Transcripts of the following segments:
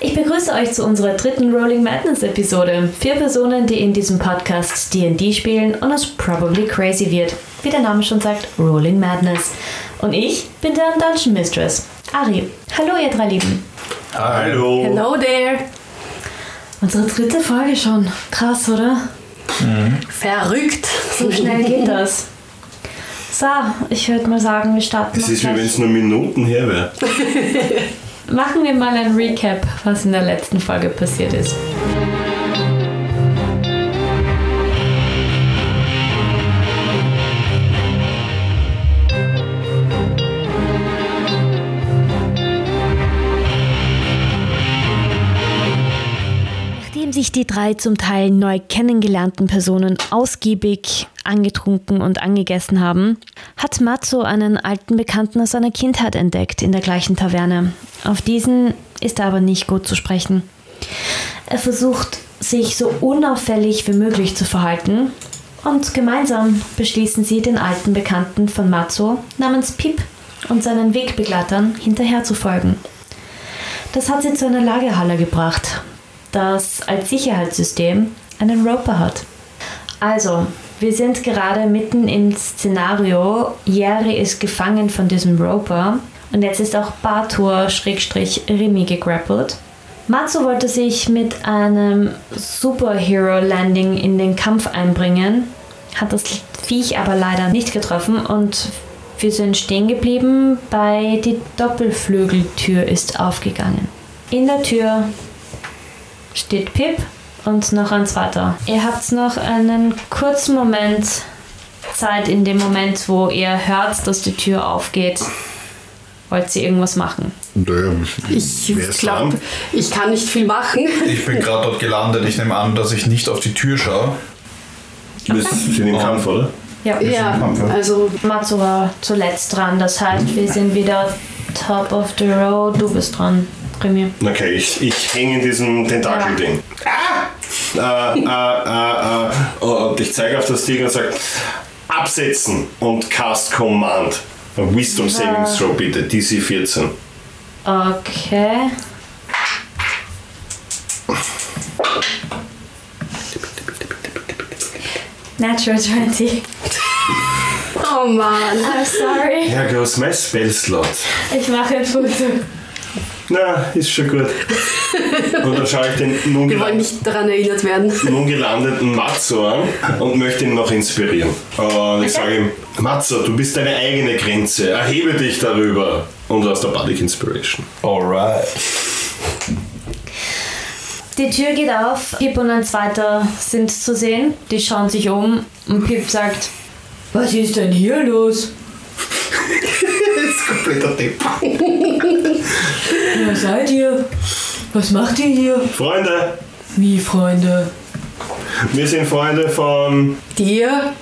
Ich begrüße euch zu unserer dritten Rolling Madness Episode. Vier Personen, die in diesem Podcast D&D spielen und es probably crazy wird. Wie der Name schon sagt, Rolling Madness. Und ich bin deren Dungeon Mistress, Ari. Hallo ihr drei Lieben. Hallo. Hello there! Unsere dritte Folge schon. Krass, oder? Verrückt! So schnell geht das. So, ich würde mal sagen, wir starten Es noch ist wie gleich. wenn es nur Minuten her wäre. Machen wir mal ein Recap, was in der letzten Folge passiert ist. Nachdem sich die drei zum Teil neu kennengelernten Personen ausgiebig angetrunken und angegessen haben, hat Matsu einen alten Bekannten aus seiner Kindheit entdeckt in der gleichen Taverne. Auf diesen ist er aber nicht gut zu sprechen. Er versucht, sich so unauffällig wie möglich zu verhalten und gemeinsam beschließen sie, den alten Bekannten von Matsu namens Pip und seinen Wegbegleitern hinterher zu folgen. Das hat sie zu einer Lagerhalle gebracht, das als Sicherheitssystem einen Roper hat. Also, wir sind gerade mitten im Szenario. Jerry ist gefangen von diesem Roper und jetzt ist auch Bartur-Remy gegrappelt. Matsu wollte sich mit einem Superhero-Landing in den Kampf einbringen, hat das Viech aber leider nicht getroffen und wir sind stehen geblieben, bei die Doppelflügeltür ist aufgegangen. In der Tür steht Pip und noch ein zweiter. Ihr habt noch einen kurzen Moment Zeit in dem Moment, wo ihr hört, dass die Tür aufgeht. Wollt ihr irgendwas machen? Nö, Ich Wer ist glaube, dran? ich kann nicht viel machen. Ich bin gerade dort gelandet. Ich nehme an, dass ich nicht auf die Tür schaue. Wir sind Ah. im Kampf, oder? Ja. Ja, Kampf, ja. also Matsu war zuletzt dran, das heißt, wir sind wieder top of the road. Du bist dran, Remy. Okay, ich, ich hänge in diesem Tentakel-Ding. Ah! Äh, äh, äh, äh. Oh, Und ich zeige auf das Ding und sage, absetzen und cast Command. Wisdom Saving Throw bitte, DC 14. Okay. Natural 20. Oh Mann. I'm sorry. Here goes my spell slot. Ich mache ein Foto. Na, ist schon gut. Und dann schaue ich den nun, Wir wollen gelan nicht daran erinnert werden. nun gelandeten Matzo an und möchte ihn noch inspirieren. Und ich sage ihm, Matzo, du bist deine eigene Grenze, erhebe dich darüber. Und du hast eine Bardic Inspiration. Alright. Die Tür geht auf, Pip und ein zweiter sind zu sehen. Die schauen sich um und Pip sagt, was ist denn hier los? Kompletter Depp. Wer seid ihr? Was macht ihr hier? Freunde, Wie, Freunde? wir sind Freunde von. Dir?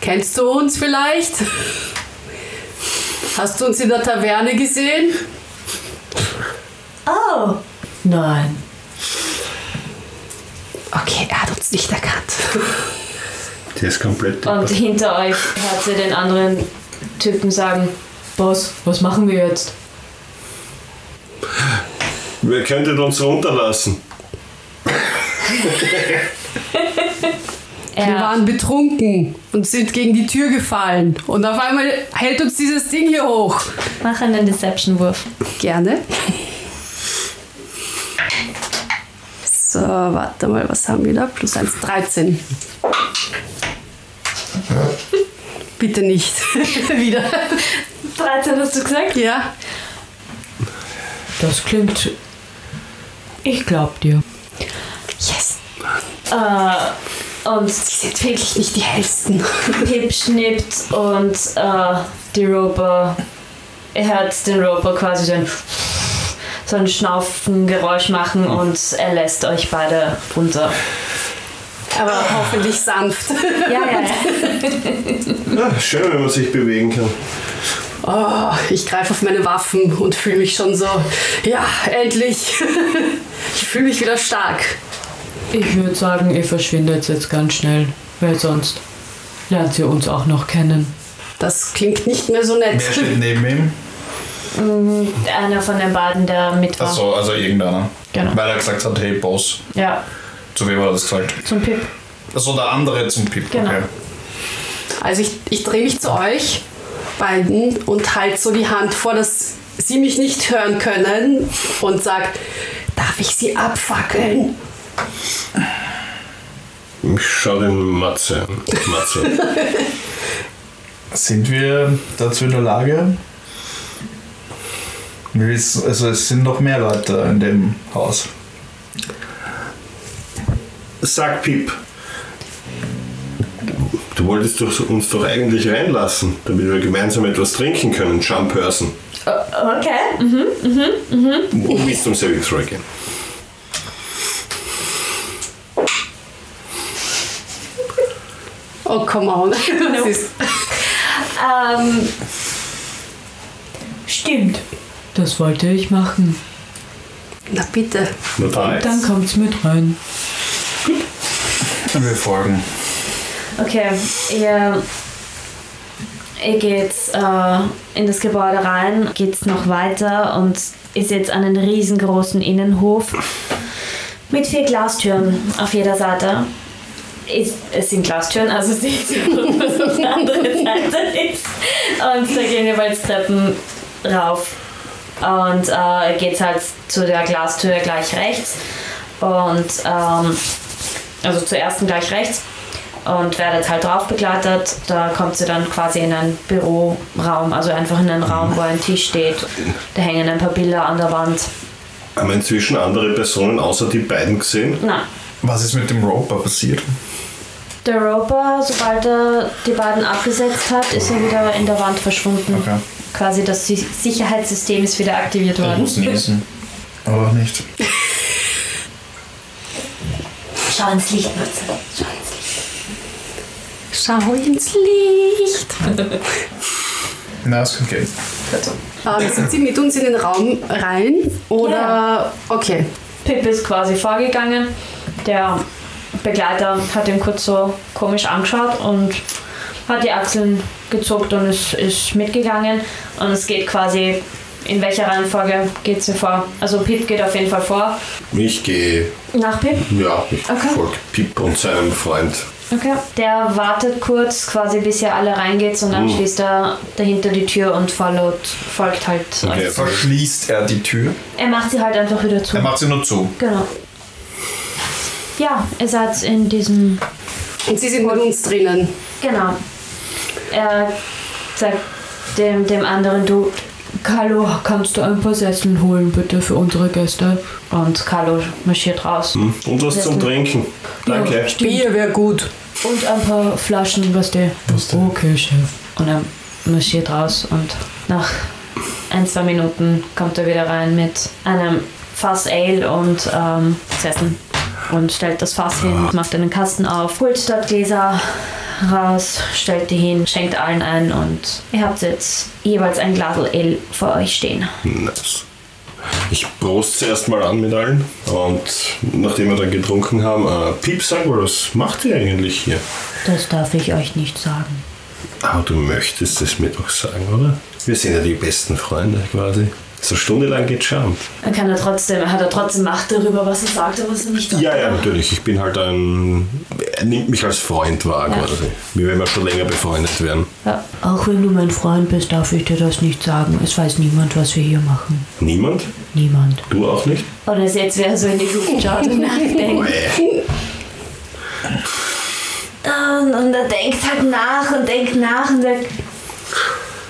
Kennst du uns vielleicht? Hast du uns in der Taverne gesehen? Oh, nein. Okay, er hat uns nicht erkannt. Der ist komplett. Und hinter euch hört ihr den anderen Typen sagen, Boss, was machen wir jetzt? Wir könntet uns runterlassen. Wir waren betrunken und sind gegen die Tür gefallen. Und auf einmal hält uns dieses Ding hier hoch. mach einen Deception-Wurf. Gerne. So, warte mal, was haben wir da? Plus 1, 13. Bitte nicht. Wieder. 13 hast du gesagt? Ja. Das klingt... Ich glaub dir. Yes. Äh, und Die sind wirklich nicht die hellsten. Pip schnippt und äh, die Roper, er hört den Roper quasi so ein, so ein Schnaufengeräusch machen und er lässt euch beide runter. Aber hoffentlich sanft. Ja, ja, Na, Ah, schön, wenn man sich bewegen kann. Oh, ich greife auf meine Waffen und fühle mich schon so. Ja, endlich. Ich fühle mich wieder stark. Ich würde sagen, ihr verschwindet jetzt ganz schnell. Wer sonst? Lernt ihr uns auch noch kennen. Das klingt nicht mehr so nett. Wer steht neben ihm? Mhm, Einer von den beiden, der mit war. Achso, also irgendeiner. Genau. Weil er gesagt hat, hey Boss. Ja, Zu wem hat er das gesagt? zum Pip. Achso, der andere zum Pip. Genau. Okay. Also ich, ich drehe mich zu euch beiden und halte so die Hand vor, dass sie mich nicht hören können und sag, darf ich sie abfackeln? Ich schau den Matze an. Matze. Sind wir dazu in der Lage? Wir wissen- Also es sind noch mehr Leute in dem Haus. Sag Pip. Du wolltest doch, uns doch eigentlich reinlassen, damit wir gemeinsam etwas trinken können. Jump Person. Äh, Okay. Mhm, Und Wisdom Saving Throw again. Oh, come on. Das ist- Ähm, stimmt. Das wollte ich machen. Na bitte. Na dann. Dann kommt's mit rein. Wir folgen. Okay, ihr, ihr geht äh, in das Gebäude rein, geht's noch weiter und ihr seht einen riesengroßen Innenhof mit vier Glastüren auf jeder Seite. Ist, es sind Glastüren, also seht ihr, was auf der anderen Seite ist. Und da gehen jeweils Treppen rauf. Und äh, geht halt zu der Glastür gleich rechts. Und ähm, also zur ersten gleich rechts und werdet halt drauf begleitet. Da kommt sie dann quasi in einen Büroraum, also einfach in einen Raum, wo ein Tisch steht. Da hängen ein paar Bilder an der Wand. Haben wir inzwischen andere Personen außer die beiden gesehen? Na, Was ist mit dem Roper passiert? der Roper, sobald er die beiden abgesetzt hat, ist er wieder in der Wand verschwunden. Okay. Quasi das Si- Sicherheitssystem ist wieder aktiviert worden. niesen. Aber auch nicht. Schau ins Licht, Matze. Schau ins Licht. Na, es kann gehen. Ähm, sind sie mit uns in den Raum rein? Oder. Ja. Okay. Pip ist quasi vorgegangen. Der Begleiter hat ihn kurz so komisch angeschaut und hat die Achseln gezuckt und ist, ist mitgegangen. Und es geht quasi, in welcher Reihenfolge geht sie vor? Also Pip geht auf jeden Fall vor. Ich gehe, Nach Pip? ja, ich Okay. folge Pip und seinem Freund. Okay. Der wartet kurz, quasi bis ihr alle reingeht und dann schließt er dahinter die Tür und followt, folgt halt. Okay. euch. Verschließt er die Tür? Er macht sie halt einfach wieder zu. Er macht sie nur zu. Genau. Ja, ihr seid in diesem Und sie sind mit uns drinnen. Genau. Er sagt dem, dem anderen, du. Carlo, kannst du ein paar Sesseln holen, bitte, für unsere Gäste? Und Carlo marschiert raus. Hm? Und was zum Trinken. Danke. Bier wäre gut. Und ein paar Flaschen, was der. Was denn? Okay, Chef. Und er marschiert raus und nach ein, zwei Minuten kommt er wieder rein mit einem Fass Ale und ähm, Sesseln. Und stellt das Fass hin, macht einen Kasten auf, holt dort Gläser raus, stellt die hin, schenkt allen ein und ihr habt jetzt jeweils ein Glas Ale vor euch stehen. Nice. Ich proste erstmal an mit allen und nachdem wir dann getrunken haben, äh, Piep, sag mal, was macht ihr eigentlich hier? Das darf ich euch nicht sagen. Aber du möchtest es mir doch sagen, oder? Wir sind ja die besten Freunde quasi. So eine Stunde lang geht's schon. Er kann er trotzdem, hat er trotzdem Macht darüber, was er sagt und was er nicht sagt. Ja, ja, natürlich. Ich bin halt ein. Er nimmt mich als Freund wahr quasi. Wie wenn wir schon länger befreundet wären. Ja. Auch wenn du mein Freund bist, darf ich dir das nicht sagen. Es weiß niemand, was wir hier machen. Niemand? Niemand. Du auch nicht? Und als jetzt wäre er so in die Luft schaut und nachdenkt. Äh, Und, und er denkt halt nach und denkt nach und sagt,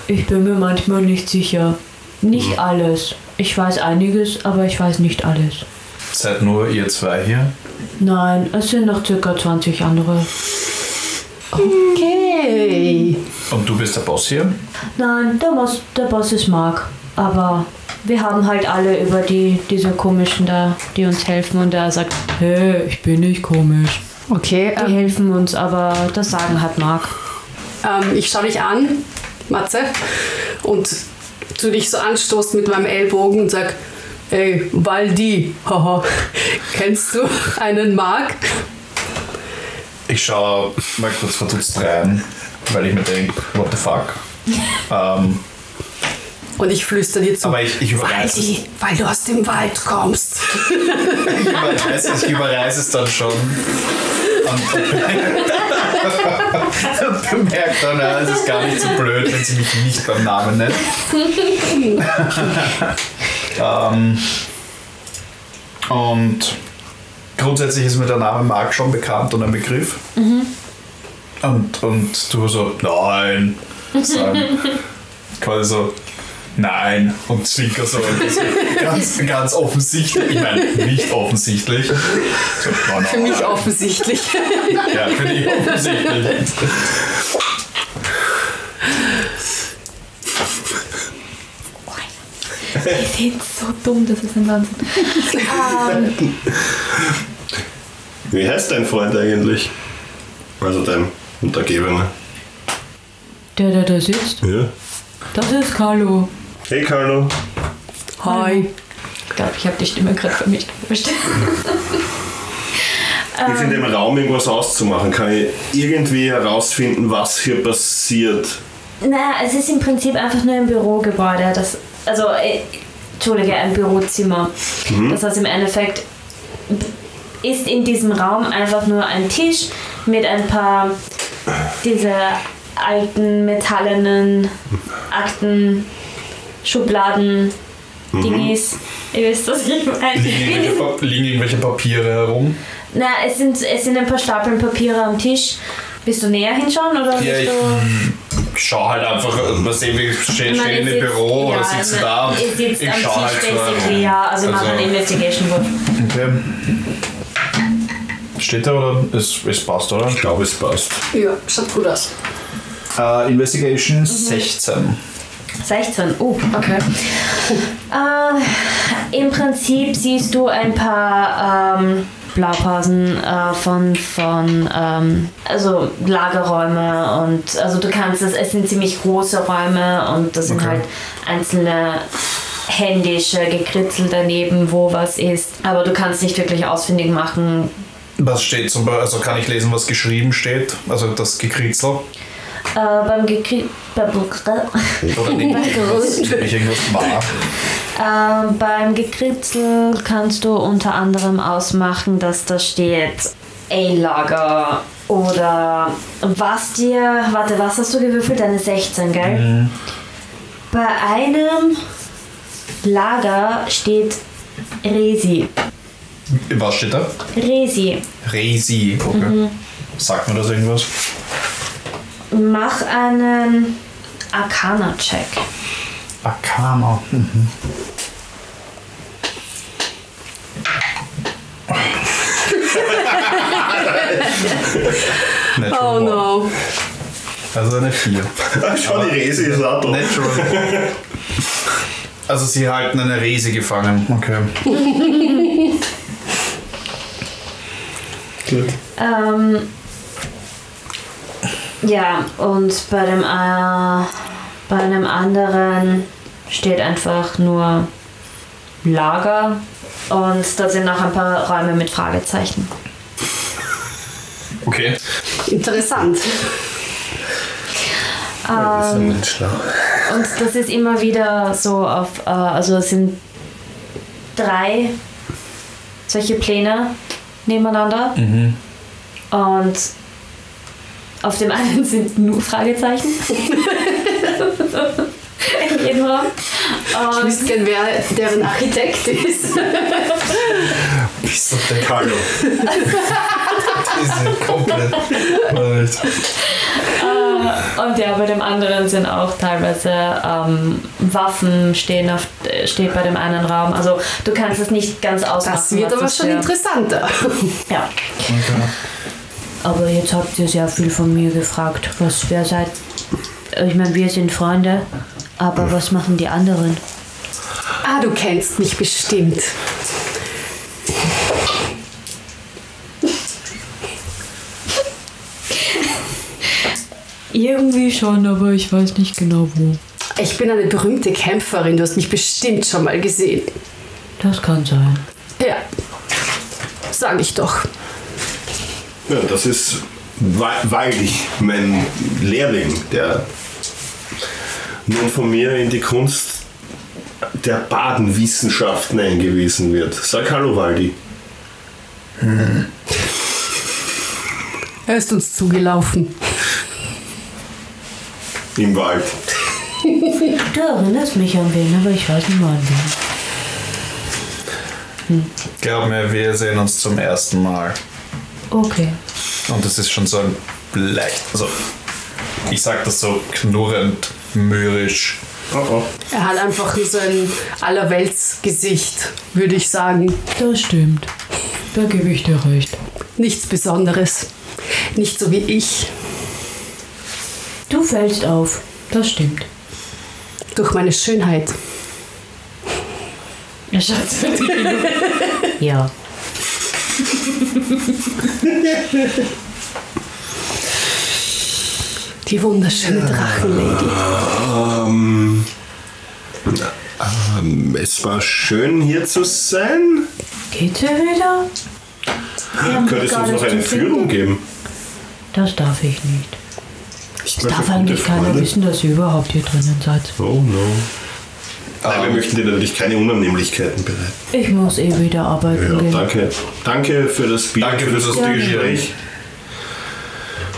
Ich bin mir manchmal nicht sicher. Nicht alles. Ich weiß einiges, aber ich weiß nicht alles. Seid nur ihr zwei hier? Nein, es sind noch circa 20 andere. Okay. Und du bist der Boss hier? Nein, der Boss, der Boss ist Mark. Aber wir haben halt alle über die, diese komischen da, die uns helfen. Und er sagt, hey, ich bin nicht komisch. Okay. Die helfen uns, aber das Sagen hat Mark. Ähm, ich schaue dich an, Matze, und tu dich so anstoßen mit meinem Ellbogen und sag, ey, Waldi, haha, kennst du einen Mark? Ich schaue mal kurz verdutzt rein, weil ich mir denke, what the fuck? ähm, Und ich flüster dir zu. Aber ich, ich überreiß es. Waldi, weil du aus dem Wald kommst. Ich überreiß es, ich überreiß es dann schon. Und bemerkt dann, ja, es ist gar nicht so blöd, wenn sie mich nicht beim Namen nennt. ähm, und grundsätzlich ist mir der Name Mark schon bekannt und ein Begriff. Mhm. Und, und du so, nein. Sagen. Quasi so, nein. Und zwinker so. Und das ist ganz, ganz offensichtlich. Ich meine, nicht offensichtlich. So, nein, Für mich nein. offensichtlich. Ja, finde ich offensichtlich. Wir sind so dumm, das ist ein Wahnsinn. Wie heißt dein Freund eigentlich? Also dein Untergebener. Der, der da sitzt, Ja. das ist Carlo. Hey Carlo. Hi. Ich glaube, ich habe die Stimme gerade für mich gewischt. Ist in dem Raum irgendwas auszumachen? Kann ich irgendwie herausfinden, was hier passiert? Naja, es ist im Prinzip einfach nur ein Bürogebäude. Das, also, äh, Entschuldige, ein Bürozimmer. Mhm. Das heißt, im Endeffekt ist in diesem Raum einfach nur ein Tisch mit ein paar dieser alten, metallenen Akten, Schubladen, Mhm. Dingis. Ihr wisst, was ich meine. Liegen Wie in irgendwelche, diesem Pa- liegen irgendwelche Papiere herum? Na, es sind, es sind ein paar Stapeln Papiere am Tisch. Willst du näher hinschauen oder Ja, willst ich du. schau halt einfach, mal sehen, wir stehen, meine, stehen ihr im sitzt- Büro oder ja, sitzt du ich da? meine, und ihr sitzt ich am schau halt Tisch so basically, herum. ja. Also, mach einen Investigation-Wurf. okay. Steht da oder ist, ist passt, oder? Ich glaube, es passt. Ja, schaut gut aus. Äh, Mhm. Investigation 16. 16, oh, okay. Äh, Im Prinzip siehst du ein paar ähm, Blaupausen äh, von, von ähm, also Lagerräume und also du kannst es, es sind ziemlich große Räume und das sind Okay. halt einzelne händisch äh, gekritzelt daneben, wo was ist. Aber du kannst nicht wirklich ausfindig machen, Was steht zum Beispiel, also kann ich lesen, was geschrieben steht? Also das Gekritzel? äh, beim oh äh, Gekri bei- Oder liegt irgendwas, liegt irgendwas wahr? Ähm, beim Gekritzel kannst du unter anderem ausmachen, dass da steht A-Lager oder was dir. Warte, was hast du gewürfelt? Eine 16, gell? Bei einem Lager steht Resi. Was steht da? Resi, Resi. Okay. Mhm. Sagt mir das irgendwas? mach einen Arcana-Check. Akana. Mhm. Natural Oh one. no. Also eine 4. Schau, Ah, die Resi ist auch da. Natural. one. Also sie halten eine Rese gefangen. Okay. Ähm, ja, und bei dem, äh, bei einem anderen steht einfach nur Lager und da sind noch ein paar Räume mit Fragezeichen. Okay. Interessant. Das ist ja nicht schlau. Und das ist immer wieder so auf, äh, also es sind drei solche Pläne nebeneinander. Und auf dem einen sind nur Fragezeichen. In jedem Raum. Ich Und wüsste gern, wer deren Architekt ist. Bist du der Carlo. Rese? Komplett. Äh, Und ja, bei dem anderen sind auch teilweise ähm, Waffen stehen auf, äh, steht bei dem einen Raum. Also du kannst es nicht ganz ausmachen. Das wird was aber schon für- interessanter. Ja. Okay. Aber jetzt habt ihr sehr viel von mir gefragt. Was, wer seid? Ich meine, wir sind Freunde, aber was machen die anderen? Ah, du kennst mich bestimmt. Irgendwie schon, aber ich weiß nicht genau wo. Ich bin eine berühmte Kämpferin. Du hast mich bestimmt schon mal gesehen. Das kann sein. Ja. Sag ich doch. Ja, das ist Wa- Waldi, mein Lehrling, der nun von mir in die Kunst der Badenwissenschaften eingewiesen wird. Sag Hallo, Waldi. Er ist uns zugelaufen. Im Wald. Du erinnerst mich an wen, aber ich weiß nicht mal an wen. Glaub mir, wir sehen uns zum ersten Mal. Okay. Und es ist schon so ein leicht, also ich sag das so knurrend, mürrisch. Oh oh. Er hat einfach so ein Allerweltsgesicht, würde ich sagen. Das stimmt. Da gebe ich dir recht. Nichts Besonderes. Nicht so wie ich. Du fällst auf. Das stimmt. Durch meine Schönheit. Er schaut so Ja. Die wunderschöne Drachenlady. Ähm, ähm, es war schön hier zu sein. Geht's ihr wieder? Könnte es uns noch eine Führung geben? Das darf ich nicht. Ich Es darf eigentlich keiner wissen, dass ihr überhaupt hier drinnen seid. Oh no. Nein, wir möchten dir natürlich keine Unannehmlichkeiten bereiten. Ich muss eh wieder arbeiten Ja, gehen. danke. Danke für das Bier, Danke für das gute Bier. Gespräch.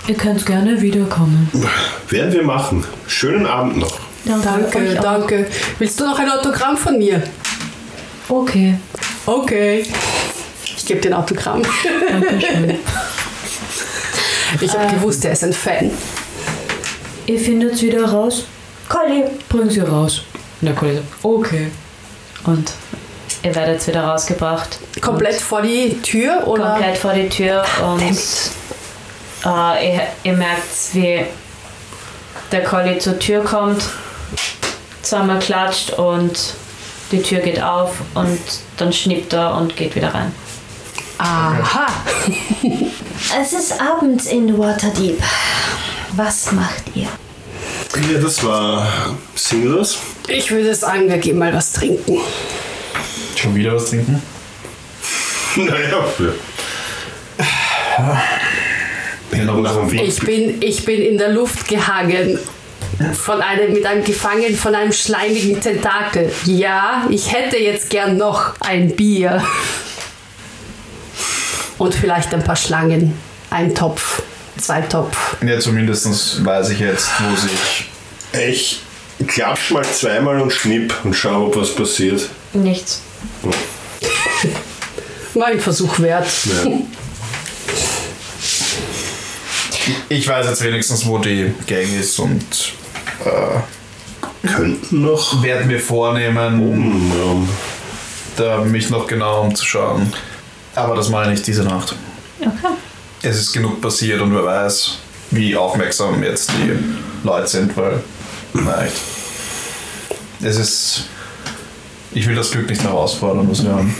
Ihr könnt gerne wiederkommen. Werden wir machen. Schönen Abend noch. Danke. Danke, euch auch. danke. Willst du noch ein Autogramm von mir? Okay. Okay. Ich gebe dir ein Autogramm. Dankeschön. Ich habe gewusst, er ist ein Fan. ihr findet's wieder raus. Colli, bring sie raus. Und der Colli sagt, okay. Und Ihr werdet wieder rausgebracht. Komplett vor die Tür Und oder? komplett vor die Tür und äh, ihr, ihr merkt, wie der Collie zur Tür kommt, zweimal klatscht und die Tür geht auf und dann schnippt er und geht wieder rein. Aha. Es ist abends in Waterdeep. Was macht ihr? Ja, das war Singles. Ich würde sagen, wir gehen mal was trinken. Schon wieder was trinken? Naja, wir- Genau. nach dem Weg. Ich bin, ich bin in der Luft gehangen. Von einem, mit einem Gefangenen von einem schleimigen Tentakel. Ja, ich hätte jetzt gern noch ein Bier. Und vielleicht ein paar Schlangen. Ein Topf, zwei Topf. Ja, zumindest weiß ich jetzt, wo sich. Ich klatsch mal zweimal und schnipp und schau, ob was passiert. Oh, Nichts. War ein Versuch wert. Ja. Ich weiß jetzt wenigstens, wo die Gang ist und Könnten noch werde mir vornehmen, oben rum. da mich noch genau umzuschauen. Aber das mache ich nicht diese Nacht. Okay. Es ist genug passiert und wer weiß, wie aufmerksam jetzt die Leute sind, weil. Nein. Es ist. Ich will das Glück nicht herausfordern, was wir haben.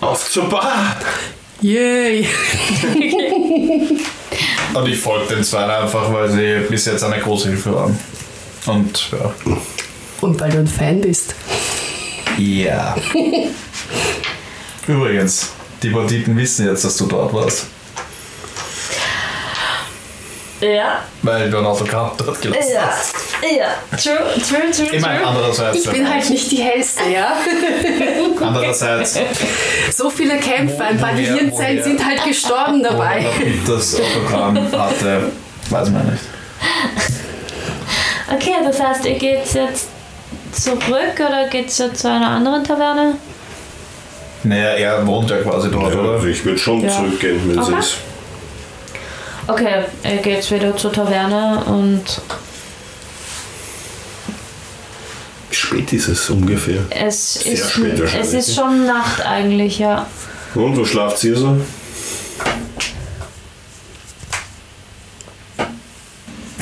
Auf zur Bar! Yay! Und ich folge den Zweien einfach, weil sie bis jetzt eine große Hilfe waren. Und ja. Und weil du ein Fan bist. Ja. Übrigens, die Banditen wissen jetzt, dass du dort warst. Ja, Weil du ein Autogramm dort gelassen ja, ja. True, true, true, Ich meine, true. andererseits, äh, Ich bin halt nicht die hellste, ja? andererseits So viele Kämpfer, ein paar Woher, Gehirnzellen woher? sind halt gestorben dabei. woher das Autogramm hatte, weiß man nicht. Okay, das heißt, ihr geht jetzt zurück oder geht jetzt zu einer anderen Taverne? Naja, er wohnt ja quasi dort, Also oder? ich würde schon Ja. zurückgehen, wenn Okay. sie es. Okay, ihr geht wieder zur Taverne und Wie Spät ist es ungefähr. es Sehr ist, spät wahrscheinlich, es ist ne? schon Nacht eigentlich, ja. Und wo schlaft ihr so?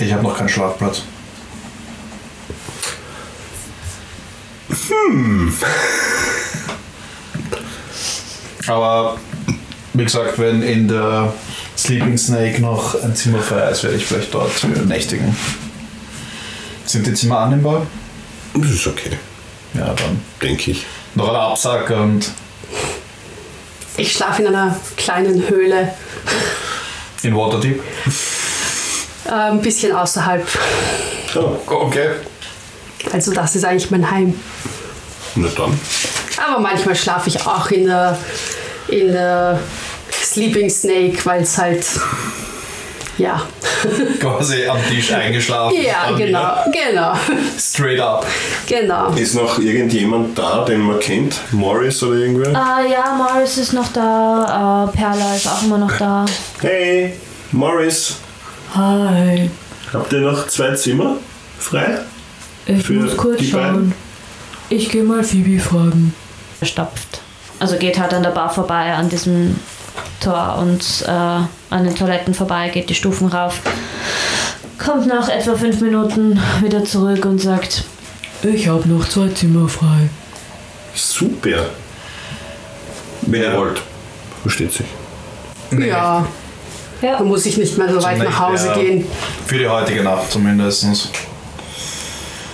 Ich habe noch keinen Schlafplatz. Hm. Aber wie gesagt, wenn in der Sleeping Snake noch ein Zimmer frei ist, werde ich vielleicht dort nächtigen. Sind die Zimmer annehmbar? Das ist okay, Ja, dann denke ich. noch eine Absage und Ich schlafe in einer kleinen Höhle, in Waterdeep. äh, ein bisschen außerhalb Oh, Okay. Also das ist eigentlich mein Heim. na dann. Aber manchmal schlafe ich auch in der, in der Sleeping Snake, weil es halt, ja. Quasi am Tisch eingeschlafen. Ja, An mir. genau, genau, Straight up. genau. Ist noch irgendjemand da, den man kennt? Morris oder irgendwer? Ah ja, Morris ist noch da, äh, Perla ist auch immer noch da. Hey, Morris, Hi. habt ihr noch zwei Zimmer frei? Ich Für muss kurz die schauen. beiden? Ich gehe mal Phoebe fragen. Er stopft. Also geht halt an der Bar vorbei, an diesem Tor und äh, an den Toiletten vorbei, geht die Stufen rauf. Kommt nach etwa fünf Minuten wieder zurück und sagt, Ich habe noch zwei Zimmer frei. Super. Wenn ihr Ja. wollt. Versteht sich. Nee. Ja, ja, da muss ich nicht mehr so weit nach Hause Ja. gehen. Für die heutige Nacht zumindest.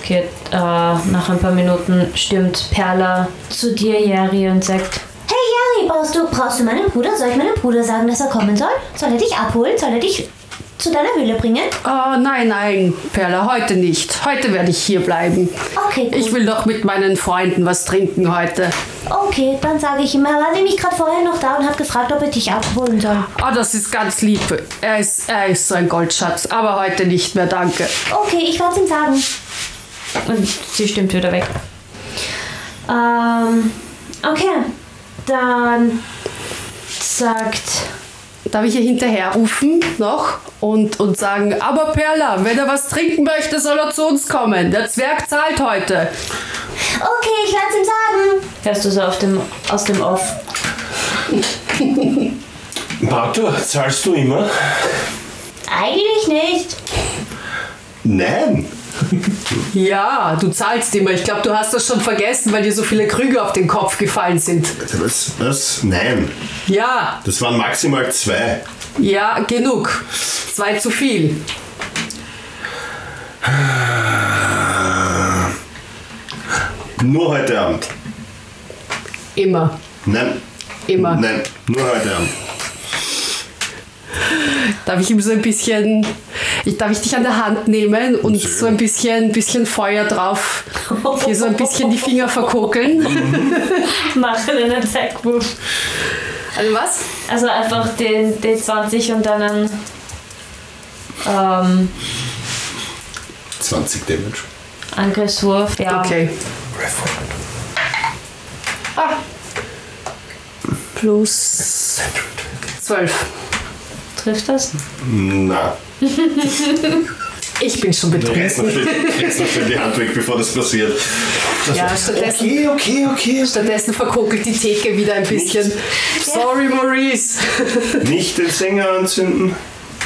geht äh, nach ein paar Minuten, stimmt Perla zu dir, Jerry, und sagt, Hey Jari, brauchst du, brauchst du meinen Bruder? Soll ich meinem Bruder sagen, dass er kommen soll? Soll er dich abholen? Soll er dich zu deiner Höhle bringen? Oh nein, nein, Perla, heute nicht. Heute werde ich hier bleiben. Okay, Ich will doch mit meinen Freunden was trinken heute. Okay, dann sage ich ihm, er war nämlich gerade vorher noch da und hat gefragt, ob er dich abholen soll. Oh, das ist ganz lieb. Er ist, er ist so ein Goldschatz, aber heute nicht mehr, danke. Okay, ich werde es ihm sagen. und sie stimmt wieder weg. Ähm, okay, dann sagt Darf ich ihr hinterher rufen noch und, und sagen, aber Perla, wenn er was trinken möchte, soll er zu uns kommen. Der Zwerg zahlt heute. Okay, ich werde es ihm sagen. Hörst du so auf dem, aus dem Off? Bartur, zahlst du immer? Eigentlich nicht. Nein. Ja, du zahlst immer. Ich glaube, du hast das schon vergessen, weil dir so viele Krüge auf den Kopf gefallen sind. Was? Was? Nein. Ja, Das waren maximal zwei. ja, genug. Zwei zu viel. Nur heute Abend. Immer, Nein. immer. Nein, nur heute Abend. Darf ich ihm so ein bisschen, ich, darf ich dich an der Hand nehmen und so ein bisschen, bisschen Feuer drauf, hier so ein bisschen die Finger verkokeln? Mach einen Attack-Wurf. Also was? Also einfach den D20 und dann einen. Ähm, 20 Damage. Angriffswurf. Ja. Okay. Ah. Plus 12. Trifft das? Na, Ich bin schon reiß betrunken. noch schnell reiß noch schnell die Hand weg, bevor das passiert. Ja, stattdessen, Okay, okay, okay. stattdessen verkokelt die Theke wieder ein bisschen. Sorry, Maurice. Nicht den Sänger anzünden.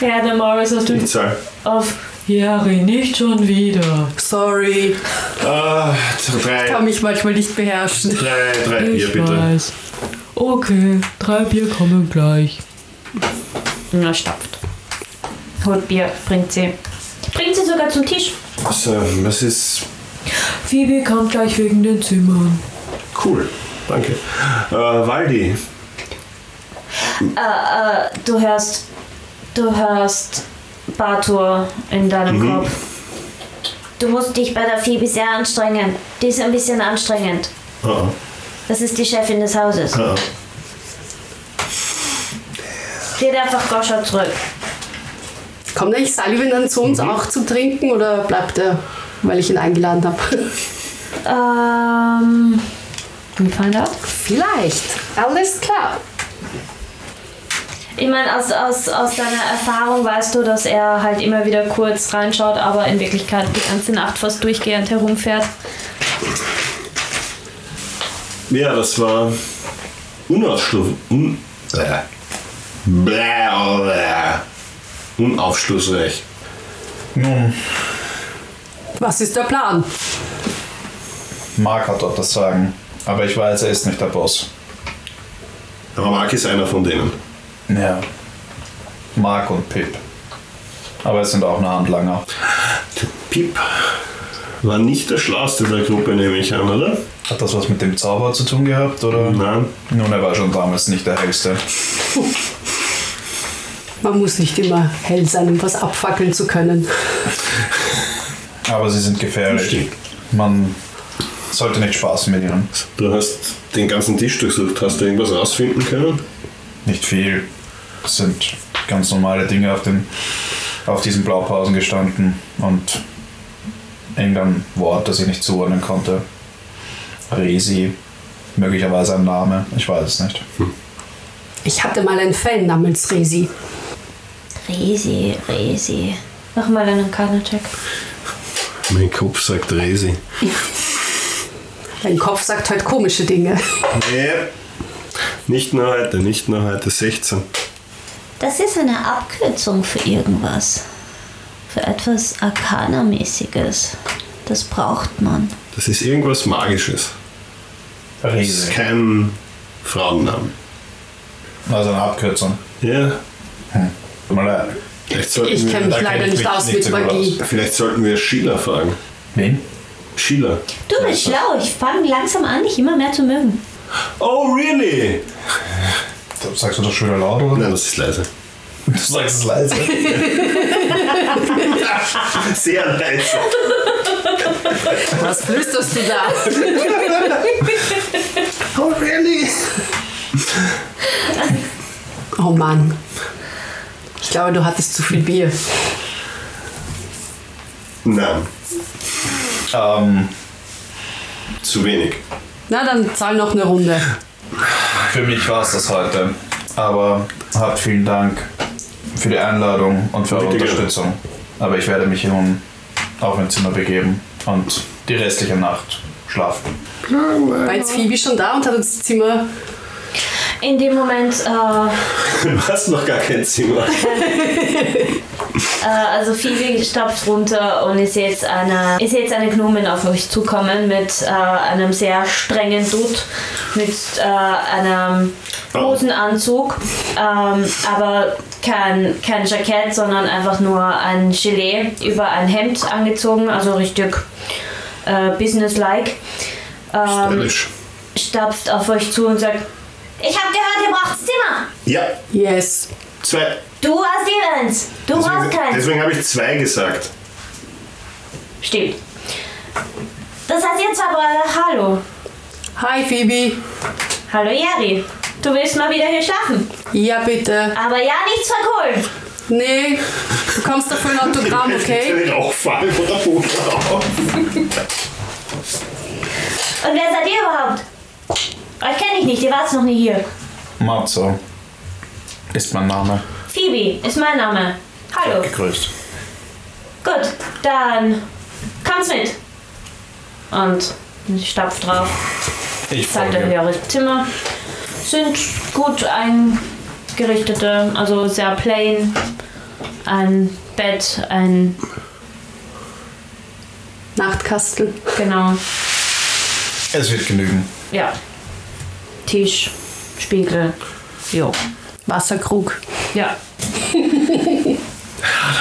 Ja, der Morris auf Ich dem zahl. Off. Jari, nicht schon wieder. Sorry. Ah, Kann drei, mich manchmal nicht beherrschen. drei, drei. Äh, Hier Ich bitte. weiß. Okay, drei Bier kommen gleich. Na, stopft. Holt Bier, bringt sie. Bringt sie sogar zum Tisch. So, was ist Phoebe kam gleich wegen den Zimmern. cool? Danke. Äh, Waldi, Äh, Du hörst. Du hörst Bartur in deinem Kopf. Du musst dich bei der Phoebe sehr anstrengen. Die ist ein bisschen anstrengend. Ah, Das ist die Chefin des Hauses. ah. Geht einfach Goscha zurück. Kommt eigentlich Sullivan dann zu uns auch zum Trinken oder bleibt er, weil ich ihn eingeladen habe? Ähm. We find out. Vielleicht. Alles klar. Ich meine, aus, aus, aus deiner Erfahrung weißt du, dass er halt immer wieder kurz reinschaut, aber in Wirklichkeit die ganze Nacht fast durchgehend herumfährt. Ja, das war unausschlu- un äh. Bläh, bläh. unaufschlussreich. Nun, Was ist der Plan? Mark hat dort das Sagen. Aber ich weiß, er ist nicht der Boss. Aber Mark ist einer von denen. Ja. Mark und Pip. Aber es sind auch nur Handlanger. Pip war nicht der schlauste der Gruppe, nehme ich an, oder? Hat das was mit dem Zauberer zu tun gehabt, oder? Nein. Nun, er war schon damals nicht der Hellste. Man muss nicht immer hell sein, um was abfackeln zu können. Aber sie sind gefährlich. Stimmt. Man sollte nicht spaßen mit ihnen. Du hast den ganzen Tisch durchsucht. Hast du irgendwas rausfinden können? Nicht viel. Es sind ganz normale Dinge auf, den, auf diesen Blaupausen gestanden und irgendein Wort, das ich nicht zuordnen konnte. Resi, möglicherweise ein Name, ich weiß es nicht. Ich hatte mal einen Fan namens Resi. Resi, Resi. Mach mal einen Kartencheck. Mein Kopf sagt Resi. Dein Kopf sagt halt komische Dinge. Nee. Nicht nur heute, nicht nur heute. 16. Das ist eine Abkürzung für irgendwas. Für etwas Arcana-mäßiges. Das braucht man. Das ist irgendwas Magisches. Das ist Resi, kein Frauennamen. also eine Abkürzung. Hm. äh, Ja. Tut mir leid. Vielleicht sollten, Ich kenne wir, mich da leider kenn ich nicht mich aus nicht mit so gut Magie. vielleicht sollten wir Sheila fragen. Wen? Sheila. Du bist schlau. Ich fange langsam an, dich immer mehr zu mögen. Oh, really? Sagst du das schon wieder laut, oder? Nein, das ist leise. Du sagst es leise. Sehr leise. Was flüsterst du da? Oh, really? Oh Mann. Ich glaube, du hattest zu viel Bier. Nein, ähm, zu wenig. Na, dann zahl noch eine Runde. Für mich war es das heute. Aber habt vielen Dank für die Einladung und für eure Bitte gerne. Unterstützung. Aber ich werde mich nun auf mein Zimmer begeben und die restliche Nacht schlafen. War jetzt Phoebe schon da und hat uns das Zimmer. In dem Moment, äh, Du hast noch gar kein Zimmer. äh, also Phoebe stapft runter und ich sehe jetzt eine, ich sehe jetzt eine Gnomin auf euch zukommen mit äh, einem sehr strengen Dude, mit äh, einem großen Anzug, ähm, aber kein, kein Jackett, sondern einfach nur ein Gilet über ein Hemd angezogen, also richtig äh, businesslike. Ähm, Stylisch. stapft auf euch zu und sagt, Ich hab gehört, ihr braucht Zimmer. Ja, Yes. zwei. Du hast Evans. Du brauchst Deswegen, keins. deswegen habe ich zwei gesagt. stimmt. Das heißt, ihr zwei braucht... Hallo, Hi Phoebe. hallo Jerry. Du willst mal wieder hier schlafen. Ja, bitte. Aber ja, nichts verkohlen. Nee, du kommst dafür ein Autogramm, okay? Ich Rauchfall oder Hochrauch. Und wer seid ihr überhaupt? Euch kenne ich nicht. Ihr wart noch nie hier. Marzo ist mein Name. Phoebe ist mein Name. Hallo. Gegrüßt. Gut, dann kommt's mit. Und ich stapf drauf, Ich zeigt euch folge. eure Zimmer. Sind gut eingerichtete, also sehr plain. Ein Bett, ein, Nachtkastel. genau, Es wird genügen. ja. Tisch, Spiegel, jo. Wasserkrug. Ja,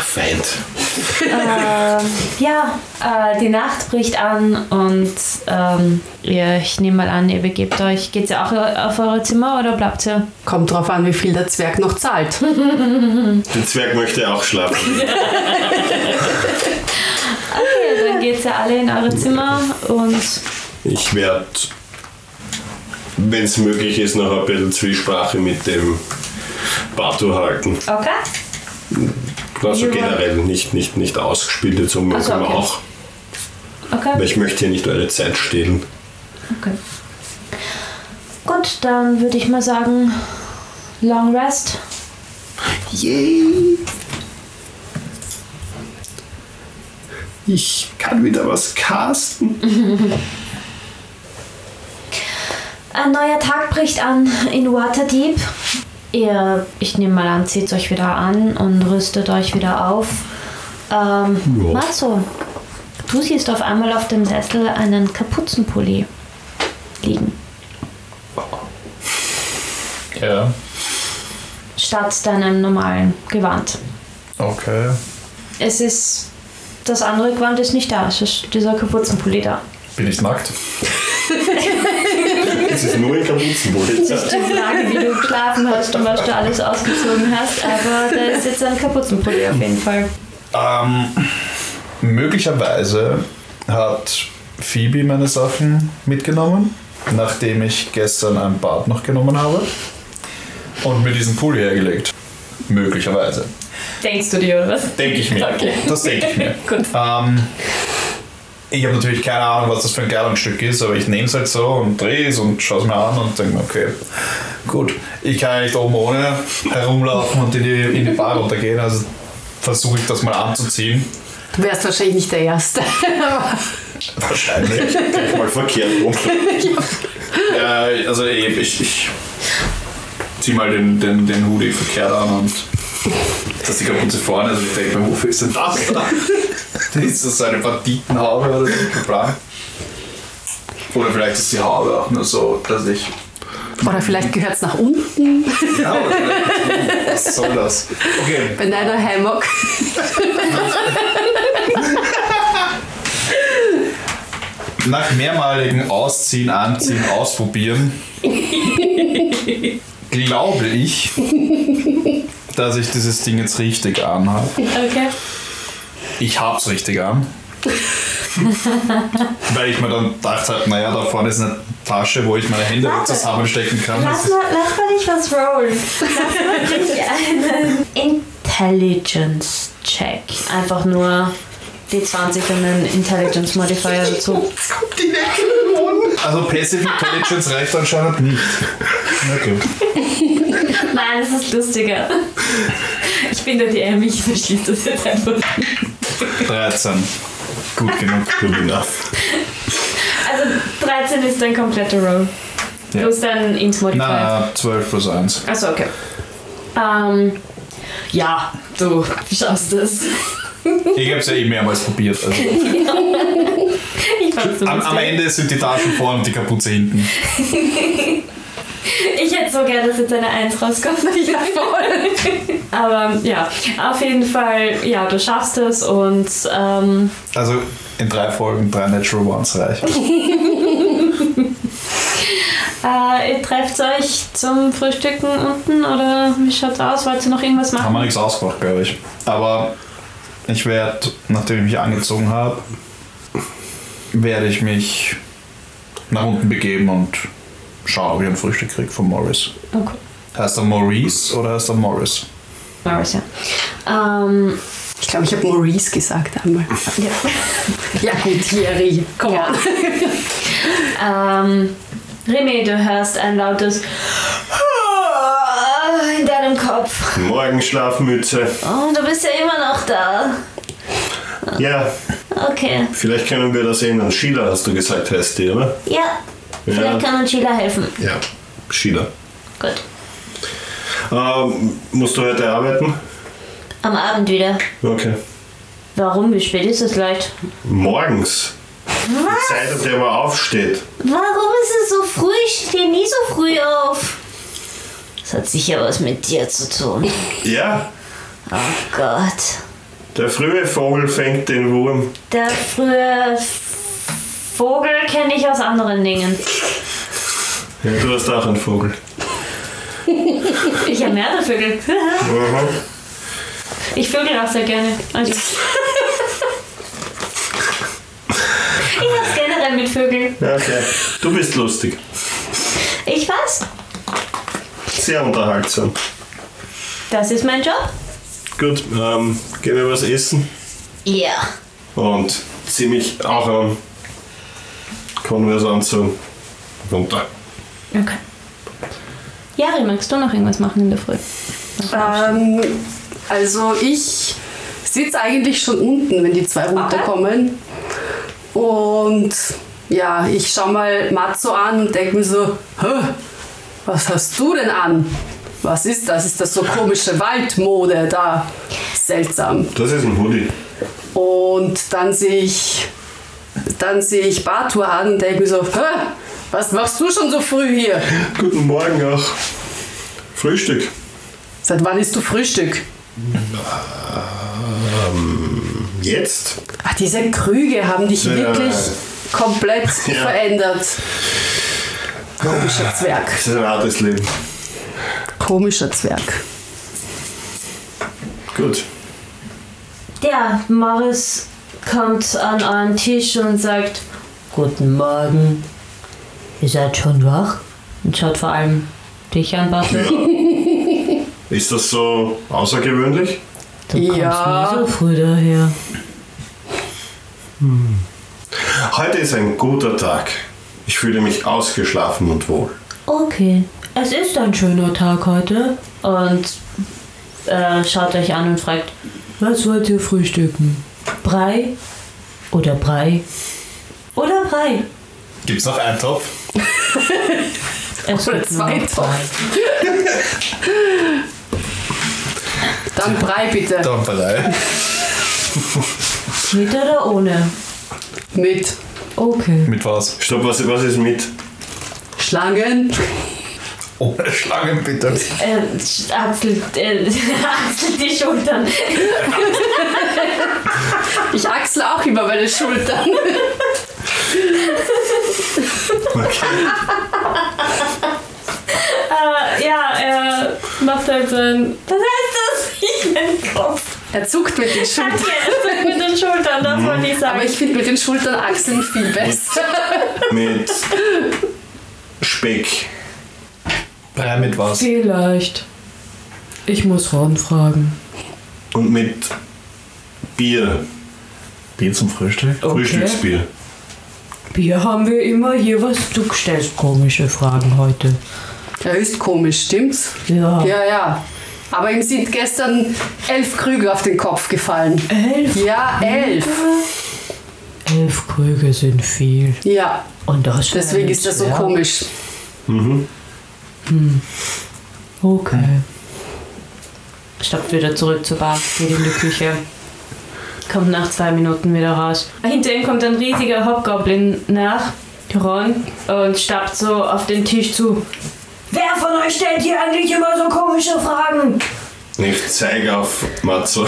Feind. Ähm, Ja, äh, die Nacht bricht an und ähm, ihr, ich nehme mal an, ihr begebt euch. Geht ihr auch auf eure Zimmer oder bleibt ihr? Kommt drauf an, wie viel der Zwerg noch zahlt. Der Zwerg möchte auch schlafen. Okay, dann geht ihr alle in eure Zimmer und Ich werde, wenn es möglich ist, noch ein bisschen Zwiesprache mit dem Batu halten. okay. Also Ja. generell nicht, nicht, nicht ausgespielte Zungen Ach so, können wir okay. auch. Okay. Weil ich möchte hier nicht eure Zeit stehlen. okay. Gut, dann würde ich mal sagen, Long Rest. Yay! Ich kann wieder was casten. Ein neuer Tag bricht an in Waterdeep. Ihr, ich nehme mal an, zieht euch wieder an und rüstet euch wieder auf. Ähm, Ja. Matzo, du siehst auf einmal auf dem Sessel einen Kapuzenpulli liegen. Ja. Statt deinem normalen Gewand. Okay. Es ist. Das andere Gewand ist nicht da, es ist dieser Kapuzenpulli da. Bin ich nackt? Es ist nur ein Kapuzenpulli. Die Frage, wie du geschlafen hast und was du alles ausgezogen hast, aber da ist jetzt ein Kapuzenpulli auf jeden Fall. Ähm, Möglicherweise hat Phoebe meine Sachen mitgenommen, nachdem ich gestern ein Bad noch genommen habe und mir diesen Pool hergelegt. Möglicherweise. Denkst du dir, oder was? Denke ich mir. Okay. Das denke ich mir. Gut. Ähm, ich habe natürlich keine Ahnung, was das für ein Kleidungsstück ist, aber ich nehme es halt so und drehe es und schaue es mir an und denke mir, okay, gut, ich kann ja nicht oben ohne herumlaufen und in die, in die Bar runtergehen, also versuche ich das mal anzuziehen. Du wärst wahrscheinlich nicht der Erste. Wahrscheinlich. Mal verkehrt um. rum. ja, also ich, ich, ich zieh mal den, den, den Hoodie verkehrt an und dass die kaputte vorne, also ich denke mir, wofür ist denn das da? Das ist das eine Banditenhaube oder so? kein Plan. Oder vielleicht ist die Haube auch nur so, dass ich. Oder vielleicht gehört es nach unten Ja, oder vielleicht- was soll das? Okay, in deiner Hammock. nach mehrmaligen Ausziehen, Anziehen, Ausprobieren glaube ich, dass ich dieses Ding jetzt richtig anhabe. Okay. Ich hab's richtig an. Weil ich mir dann gedacht habe, naja, da vorne ist eine Tasche, wo ich meine Hände Warte. zusammenstecken kann. Das Lass ist mal, lass mal nicht was rollen. Lass mal nicht einen. In Intelligence-Check. Einfach nur D20 und einen Intelligence-Modifier dazu. also Passive Intelligence reicht anscheinend nicht. Okay. Nein, das ist lustiger. Ich bin der DM, ich verschließe das jetzt einfach. 13. Gut genug. Good enough. Also 13 ist dein kompletter Roll. Ja. Plus dein Int-Modifier. Na, 12 plus 1. Achso, okay. Ähm, ja, du schaffst es. Ich hab's ja eh mehrmals probiert. Also. Ich fand's so Am, am lustig. Ende sind die Taschen vorne und die Kapuze hinten. Ich hätte so gern, dass jetzt eine 1 rauskommt. Ich war voll. Aber ja, auf jeden Fall, ja, du schaffst es und ähm, Also in drei Folgen drei Natural Ones reicht. äh, ihr trefft euch zum Frühstücken unten oder wie schaut's aus? Wollt ihr noch irgendwas Haben wir machen? nichts ausgemacht, glaube ich. Aber ich werde, nachdem ich mich angezogen habe, werde ich mich nach unten begeben und schauen, ob ich ein Frühstück kriege von Morris. Okay. Heißt er Maurice oder heißt er Morris? Morris, ja. Ähm, Ich glaube, ich habe Maurice gesagt einmal. ja. Ja gut, Thierry, komm on. Ähm, Remy, du hörst ein lautes in deinem Kopf. Morgenschlafmütze. Oh, du bist ja immer noch da. Ja, Okay. vielleicht können wir das ändern. Sheila hast du gesagt, heißt die, oder? ja, Ja. vielleicht kann uns Sheila helfen. Ja, Sheila. Gut. Ähm, musst du heute arbeiten? Am Abend wieder. Okay. Warum? Wie spät ist es leicht? Morgens. Die Zeit, an der man aufsteht. Warum ist es so früh? Ich stehe nie so früh auf. Das hat sicher was mit dir zu tun. Ja, Oh Gott. der frühe Vogel fängt den Wurm. Der frühe F- Vogel kenne ich aus anderen Dingen. Ja, du hast auch einen Vogel. Ich habe mehrere Vögel. Mhm. Ich vögel auch sehr gerne. Also. Ich hab's generell mit Vögeln. Okay. Du bist lustig. Ich weiß. Sehr unterhaltsam. Das ist mein Job. Gut, ähm, gehen wir was essen. Ja. Und zieh mich auch an. Converse äh, anzu. Runter. Okay. Jari, magst du noch irgendwas machen in der Früh? Ähm, also ich sitze eigentlich schon unten, wenn die zwei runterkommen. Und ja, ich schaue mal Matzo an und denke mir so, Hä, was hast du denn an? Was ist das? Ist das so komische Waldmode da? Seltsam. Das ist ein Hoodie. Und dann sehe ich, dann sehe ich Bartur an und denke mir so, Hä, was machst du schon so früh hier? Guten Morgen auch. Frühstück. Seit wann isst du Frühstück? Jetzt? Ach, diese Krüge haben dich Ja. wirklich komplett Ja. verändert. Komischer Zwerg. Das ist ein hartes Leben. Komischer Zwerg. Gut. Ja, Morris kommt an euren Tisch und sagt, Guten Morgen, ihr seid schon wach? Und schaut vor allem dich an, Bartel. Ist das so außergewöhnlich? Du Ja. kommst nie so früh daher. Heute ist ein guter Tag. Ich fühle mich ausgeschlafen und wohl. Okay, es ist ein schöner Tag heute. Und äh, schaut euch an und fragt, was wollt ihr frühstücken? Brei oder Brei? Oder Brei? Gibt's noch einen Topf? Es Oder gibt nur zwei noch Topf. Dann Brei bitte. Dampferei. Brei. Mit oder ohne? Mit Okay. Mit was? Stopp, was, was ist mit? Schlangen. Ohne Schlangen bitte. Äh, Axel, äh, Axel die Schultern. Ich achsel auch über meine Schultern. Äh, ja, er macht halt sein. Was heißt das? Ich bin Kopf. Er zuckt mit den Schultern. Danke, er zuckt mit den Schultern, das wollte ich sagen. Aber ich finde mit den Schultern achseln viel besser. Mit Speck. Brei mit was? Vielleicht. Ich muss Ron fragen. Und mit Bier. Bier zum Frühstück? Frühstücksbier. Bier haben wir immer hier was. Du stellst komische Fragen heute. Er ist komisch, stimmt's? Ja. Ja, ja. Aber ihm sind gestern elf Krüge auf den Kopf gefallen. Elf, Ja, elf. elf Krüge sind viel. Ja, Und das deswegen ist das so ja. komisch. Okay. Stoppt wieder zurück zur Bar, geht in die Küche. Kommt nach zwei Minuten wieder raus. Hinter ihm kommt ein riesiger Hobgoblin nach, Ron, und stapft so auf den Tisch zu. Wer von euch stellt hier eigentlich immer so komische Fragen? Ich zeige auf Matzo.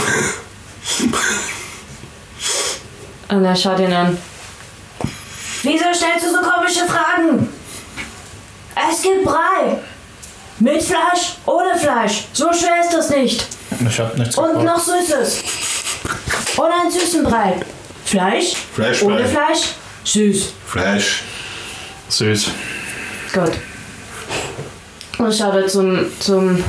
Und er schaut ihn an. Wieso stellst du so komische Fragen? Es gibt Brei. Mit Fleisch, ohne Fleisch. So schwer ist das nicht. Ich hab nichts Und gefragt. noch Süßes. Und einen süßen Brei. Fleisch, Fleisch, ohne Fleisch. Fleisch, süß. Fleisch. Süß. Gott. Und schaut er zum, zum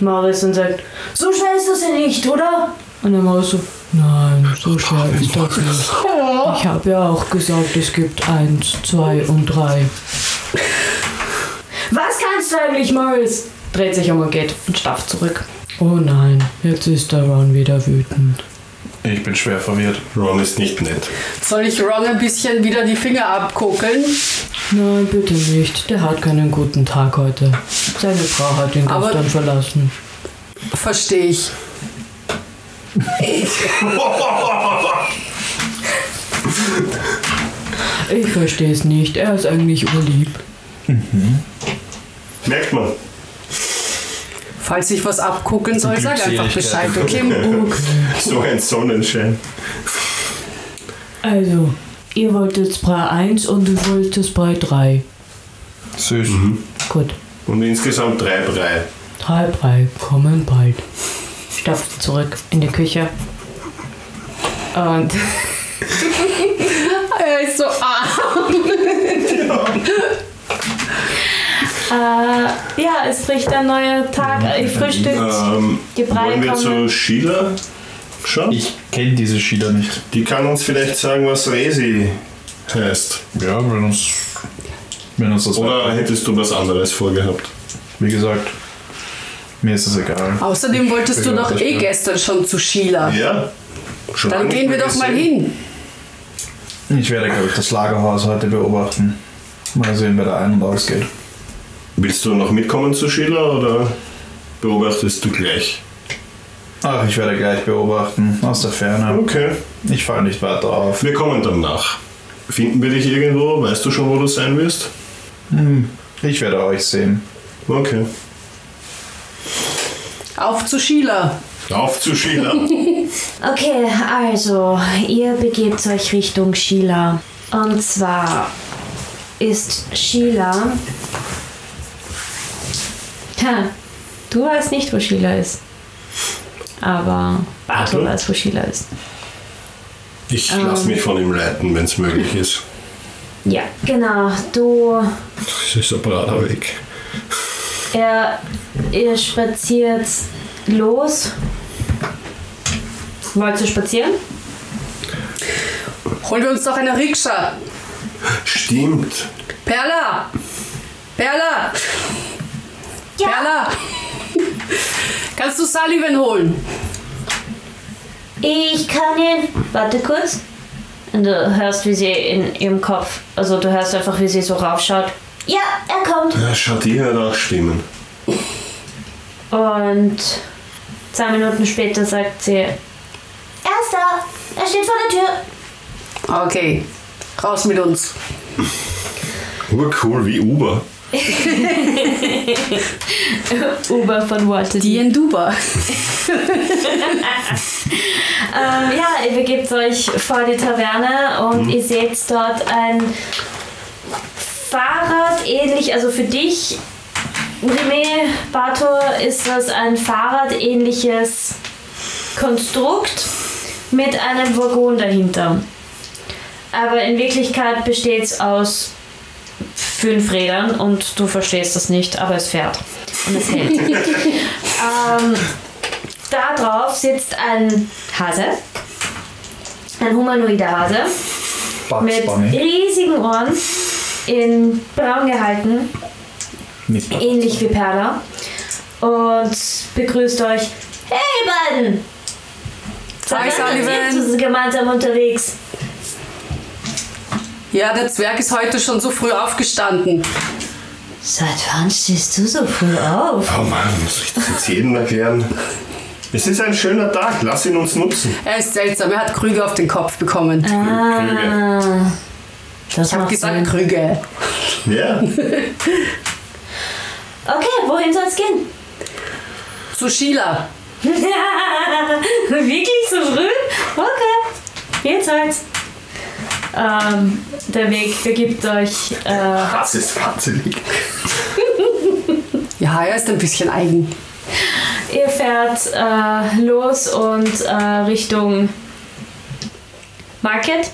Morris und sagt, So schwer ist das ja nicht, oder? Und dann war so, nein, so schwer ist das nicht. Ich habe ja auch gesagt, es gibt eins, zwei und drei. Was kannst du eigentlich, Morris? Dreht sich um und geht und stapft zurück. Oh nein, jetzt ist der Ron wieder wütend. Ich bin schwer verwirrt. Ron ist nicht nett. Soll ich Ron ein bisschen wieder die Finger abkuckeln? Nein, bitte nicht. Der hat keinen guten Tag heute. Seine Frau hat ihn Aber- gestern verlassen. Verstehe ich. Ich verstehe es nicht. Er ist eigentlich urlieb. Merkt man. Falls ich was abgucken soll, sag einfach Bescheid, okay? So ein Sonnenschein. Also, ihr wolltet Brei 1 und du wolltest Brei 3. Süß. Gut, Und insgesamt drei Brei. drei Brei kommen bald. stapft zurück in die Küche. Und Er ist so arm. äh, ja, es bricht ein neuer Tag. Ihr frühstückt. Ähm, Die Brei wollen wir kommen. zu Sheila schauen? Ich kenne diese Schieder nicht. Die kann uns vielleicht sagen, was Resi heißt. Ja, wenn uns, wenn uns das Oder hättest du was anderes vorgehabt? Wie gesagt, mir ist es egal. Außerdem wolltest du Ja, doch das eh stimmt. gestern schon zu Sheila. Ja? Schon Dann lange gehen wir nicht mehr doch mal gesehen. hin. Ich werde, glaube ich, das Lagerhaus heute beobachten. Mal sehen, wer da ein- und ausgeht. Willst du noch mitkommen zu Sheila oder beobachtest du gleich? Ach, ich werde gleich beobachten, aus der Ferne. Okay. Ich falle nicht weiter auf. Wir kommen dann nach. Finden wir dich irgendwo? Weißt du schon, wo du sein wirst? Ich werde euch sehen. Okay. Auf zu Sheila. Auf zu Sheila. Okay, also, ihr begebt euch Richtung Sheila. Und zwar ist Sheila. Ha, du weißt nicht, wo Sheila ist. Aber Warte. du weißt, wo Sheila ist. Ich lasse mich von ihm leiten, wenn es möglich ist. Ja, genau. Du Das ist ein brader Weg. Er, ihr spaziert los. Wollt ihr spazieren? Holen wir uns doch eine Rikscha. Stimmt. Perla! Perla! Perla! Kannst du Sullivan holen? Ich kann ihn. Warte kurz. Und du hörst, wie sie in ihrem Kopf, also du hörst einfach, wie sie so raufschaut. Ja, er kommt. Ja, schaut ihr halt auch stimmen. Und zwei Minuten später sagt sie, Er ist da. Er steht vor der Tür. Okay, raus mit uns. Urcool wie Uber. Uber von Walter. Die in Duba. Ähm, ja, ihr begebt euch vor die Taverne und ihr seht dort ein Fahrrad ähnlich, also für dich, Rime Bator, ist das ein Fahrradähnliches Konstrukt mit einem Waggon dahinter. Aber in Wirklichkeit besteht es aus fünf Rädern und du verstehst das nicht, aber es fährt und es hält. ähm, da drauf sitzt ein Hase, ein humanoider Hase Bugs mit Bunny. riesigen Ohren, in braun gehalten, Nicht. ähnlich wie Perla und begrüßt euch. Hey, beiden. Sag Sind Sullivan. Sie gemeinsam unterwegs? Ja, der Zwerg ist heute schon so früh aufgestanden. Seit wann stehst du so früh auf? Oh Mann, muss ich das jetzt jedem erklären? Es ist ein schöner Tag, lass ihn uns nutzen. Er ist seltsam, er hat Krüge auf den Kopf bekommen. Krüge. Ah, Das ich habe gesagt, Krüge. Ja, Okay, wohin soll's gehen? Zu Sheila. Wirklich so früh? Okay, jetzt halt. Ähm, der Weg begibt euch äh, das ist wahnsinnig. Ja, er ist ein bisschen eigen. Ihr fährt äh, los und äh, Richtung Market.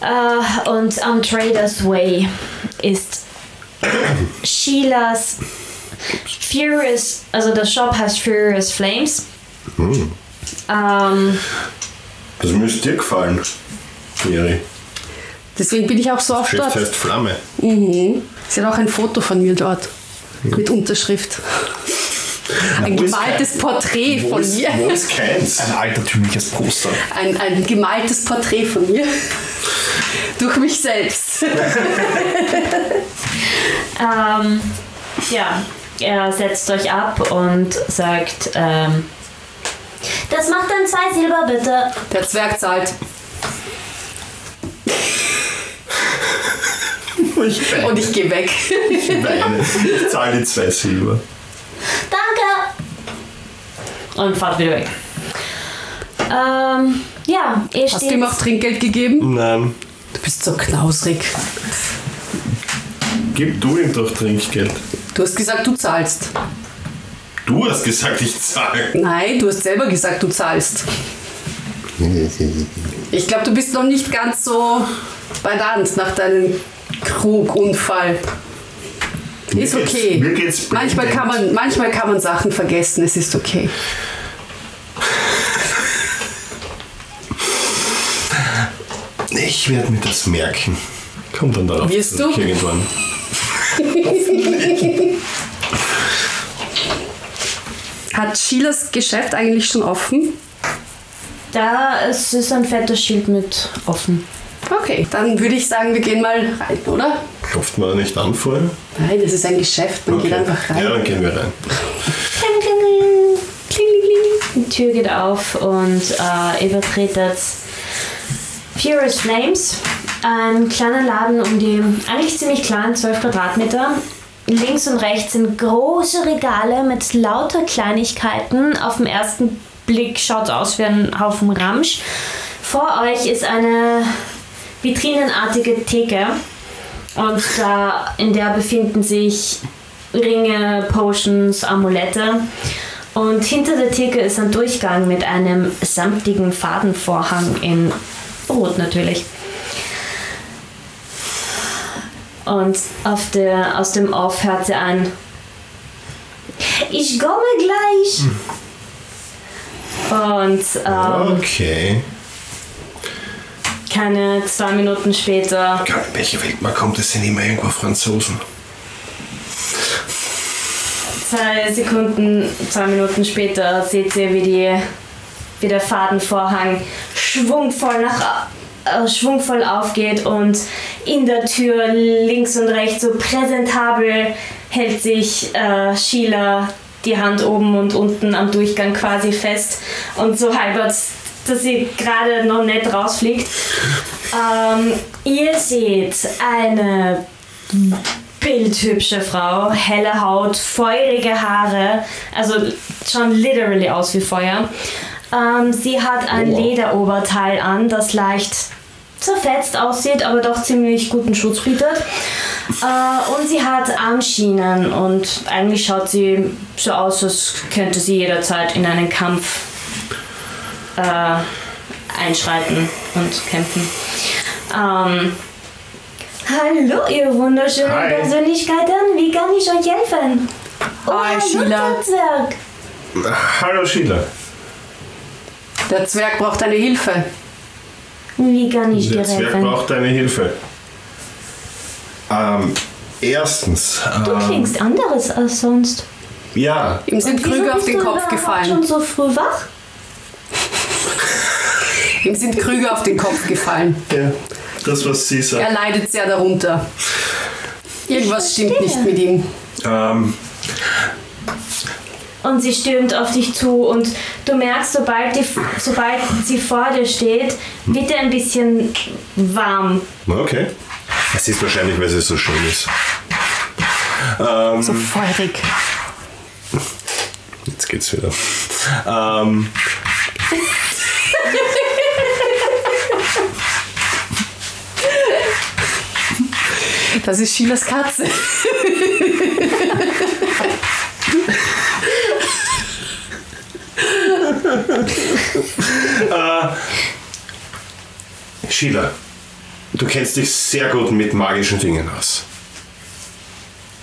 Äh, und am Traders Way ist Sheilas Furious, also der Shop heißt Furious Flames. Ähm, Das müsste dir gefallen, Miri. Deswegen bin ich auch so oft Schiff dort. heißt Flamme. Mhm. Sie hat auch ein Foto von mir dort. Mit Unterschrift. Ein Wo ist gemaltes kein- Porträt Wo von ist, mir. Wo ist keins? Ein altertümliches Poster. Ein, ein gemaltes Porträt von mir. Durch mich selbst. ähm, ja, er setzt euch ab und sagt, ähm, Das macht dann zwei Silber, bitte. Der Zwerg zahlt. Ich weine. Und ich gehe weg. ich weine. Ich zahle die zwei Silber. Danke. und fahrt wieder weg. Ähm, ja, ihr Hast steht du ihm auch Trinkgeld gegeben? Nein. Du bist so knausrig. Gib du ihm doch Trinkgeld. Du hast gesagt, du zahlst. Du hast gesagt, ich zahle. Nein, du hast selber gesagt, du zahlst. Ich glaube, du bist noch nicht ganz so benannt nach deinem Krugunfall. Ist Mir geht's- okay. mir geht's manchmal, kann man, manchmal kann man Sachen vergessen, es ist okay. Ich werde mir das merken. Komm dann darauf. Wirst zurück du? Irgendwann. Hat Sheilas Geschäft eigentlich schon offen? Da ist, ist ein fettes Schild mit offen. Okay, dann würde ich sagen, wir gehen mal rein, oder? Klopft man nicht an vorher? Nein, das ist ein Geschäft, man geht einfach rein. Ja, dann gehen wir rein. Kling, kling, kling. Kling, kling, kling. Die Tür geht auf und äh, ihr betretet Furious Flames, ein kleiner Laden um die, eigentlich ziemlich klein, 12 Quadratmeter. Links und rechts sind große Regale mit lauter Kleinigkeiten. Auf den ersten Blick schaut es aus wie ein Haufen Ramsch. Vor euch ist eine vitrinenartige Theke und da in der befinden sich Ringe, Potions, Amulette Und hinter der Theke ist ein Durchgang mit einem samtigen Fadenvorhang in Rot natürlich. Und auf der, aus dem Off hört sie an. Ich komme gleich. Und ähm, Okay. keine zwei Minuten später Gott, in welche Welt man kommt, das sind immer irgendwo Franzosen. Zwei Sekunden, zwei Minuten später seht ihr, wie, die, wie der Fadenvorhang schwungvoll, nach, äh, schwungvoll aufgeht und in der Tür links und rechts so präsentabel hält sich äh, Sheila die Hand oben und unten am Durchgang quasi fest und so halbert, dass sie gerade noch nicht rausfliegt. Ähm, ihr seht eine bildhübsche Frau, helle Haut, feurige Haare, also schon literally aus wie Feuer. Ähm, sie hat ein Lederoberteil an, das leicht zerfetzt aussieht, aber doch ziemlich guten Schutz bietet. Äh, und sie hat Armschienen und eigentlich schaut sie so aus, als könnte sie jederzeit in einen Kampf äh, einschreiten und kämpfen. Ähm, Hallo, ihr Äh, wunderschönen Hi. Persönlichkeiten. Wie kann ich euch helfen? Oh, Hi, hallo, Sheila. der Zwerg. Hallo Sheila. Der Zwerg braucht deine Hilfe. Wie kann ich Der dir Zwerg helfen? braucht deine Hilfe. Ähm, erstens, Du klingst anderes als sonst. äh, ja, Ihm sind Krüge auf bist den du Kopf überhaupt gefallen. schon so früh wach? Ihm sind Krüge auf den Kopf gefallen. ja, das was sie Er sagt. leidet sehr darunter. Irgendwas verstehe. stimmt nicht mit ihm. Ähm, Und sie stürmt auf dich zu und du merkst, sobald, die, sobald sie vor dir steht, wird dir ein bisschen warm. okay. Es ist wahrscheinlich, weil sie so schön ist. Ähm, So feurig. Jetzt geht's wieder. Ähm, Das ist Sheilas Katze. Sheila, du kennst dich sehr gut mit magischen Dingen aus.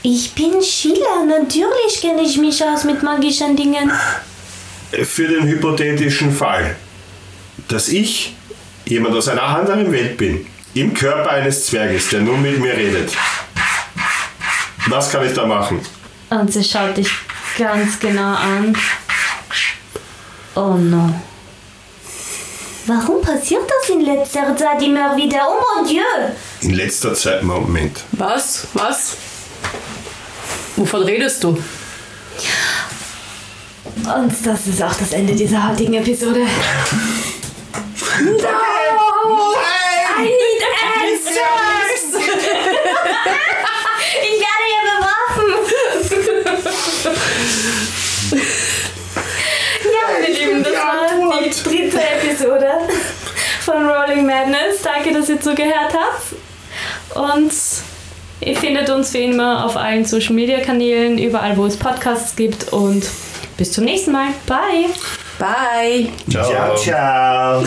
Ich bin Sheila. Natürlich kenne ich mich aus mit magischen Dingen. Für den hypothetischen Fall, dass ich jemand aus einer anderen Welt bin, im Körper eines Zwerges, der nun mit mir redet. Was kann ich da machen? Und sie schaut dich ganz genau an. Oh no. Warum passiert das in letzter Zeit immer wieder? Oh mon Dieu! In letzter Zeit, Moment. Was? Was? Wovon redest du? Und das ist auch das Ende dieser heutigen Episode. I need answers! ich werde hier beworfen! Ja, meine Lieben, das war die dritte Episode von Rolling Madness. Danke, dass ihr zugehört habt. Und ihr findet uns wie immer auf allen Social Media Kanälen, überall, wo es Podcasts gibt. Und bis zum nächsten Mal. Bye. Ähm, Bye. Ciao. ciao.